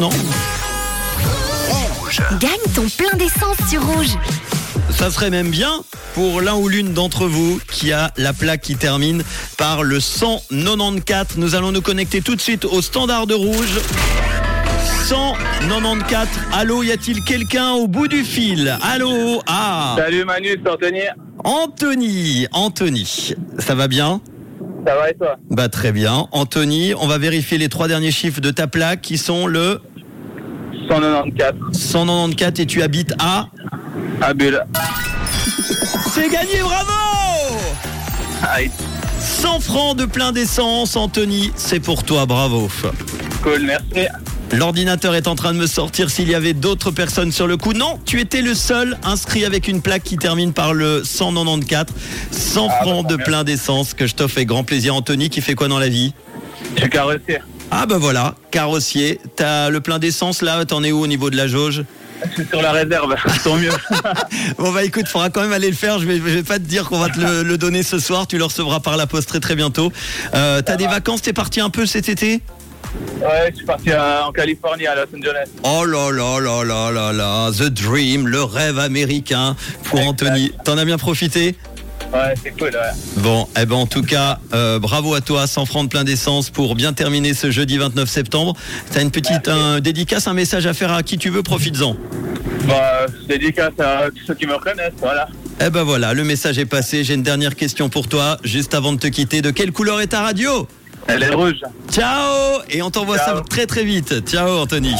Non, Gagne ton plein d'essence sur rouge. ça serait même bien pour l'un ou l'une d'entre vous qui a la plaque qui termine par le 194. Nous allons nous connecter tout de suite au standard de rouge. 194. Allô, y a-t-il quelqu'un au bout du fil Allô Ah Salut Manu, c'est Anthony. Anthony Anthony, ça va bien Ça va et toi Bah très bien. Anthony, on va vérifier les trois derniers chiffres de ta plaque qui sont le 194. 194 et tu habites à... À Bulle. C'est gagné, bravo Aïe, 100 francs de plein d'essence, Anthony, c'est pour toi, bravo. cool, merci. L'ordinateur est en train de me sortir s'il y avait d'autres personnes sur le coup. Non, tu étais le seul inscrit avec une plaque qui termine par le 194. 100 bah, francs tant de mieux. plein d'essence que je t'offre avec grand plaisir. Anthony, qui fait quoi dans la vie Je suis carrossier. Ah bah voilà, carrossier. T'as le plein d'essence là, t'en es où au niveau de la jauge Je suis sur la réserve, tant mieux. Bon bah écoute, faudra quand même aller le faire. Je vais, je vais pas te dire qu'on va te le, le donner ce soir. Tu le recevras par la poste très très bientôt. Euh, T'as des vacances, t'es parti un peu cet été Ouais, je suis parti euh, en Californie, à Los Angeles. Oh là là là là là là, The Dream, le rêve américain pour Exact. Anthony. T'en as bien profité Ouais, c'est cool, ouais. Bon, eh ben en tout cas, euh, bravo à toi, 100 francs de plein d'essence pour bien terminer ce jeudi 29 septembre. T'as une petite un dédicace, un message à faire à qui tu veux, profites-en. Bah, euh, je dédicace à tous ceux qui me connaissent, voilà. Eh ben voilà, le message est passé. J'ai une dernière question pour toi, juste avant de te quitter. De quelle couleur est ta radio Elle est rouge. Ciao Et on t'envoie ça Ciao. très très vite. Ciao Anthony.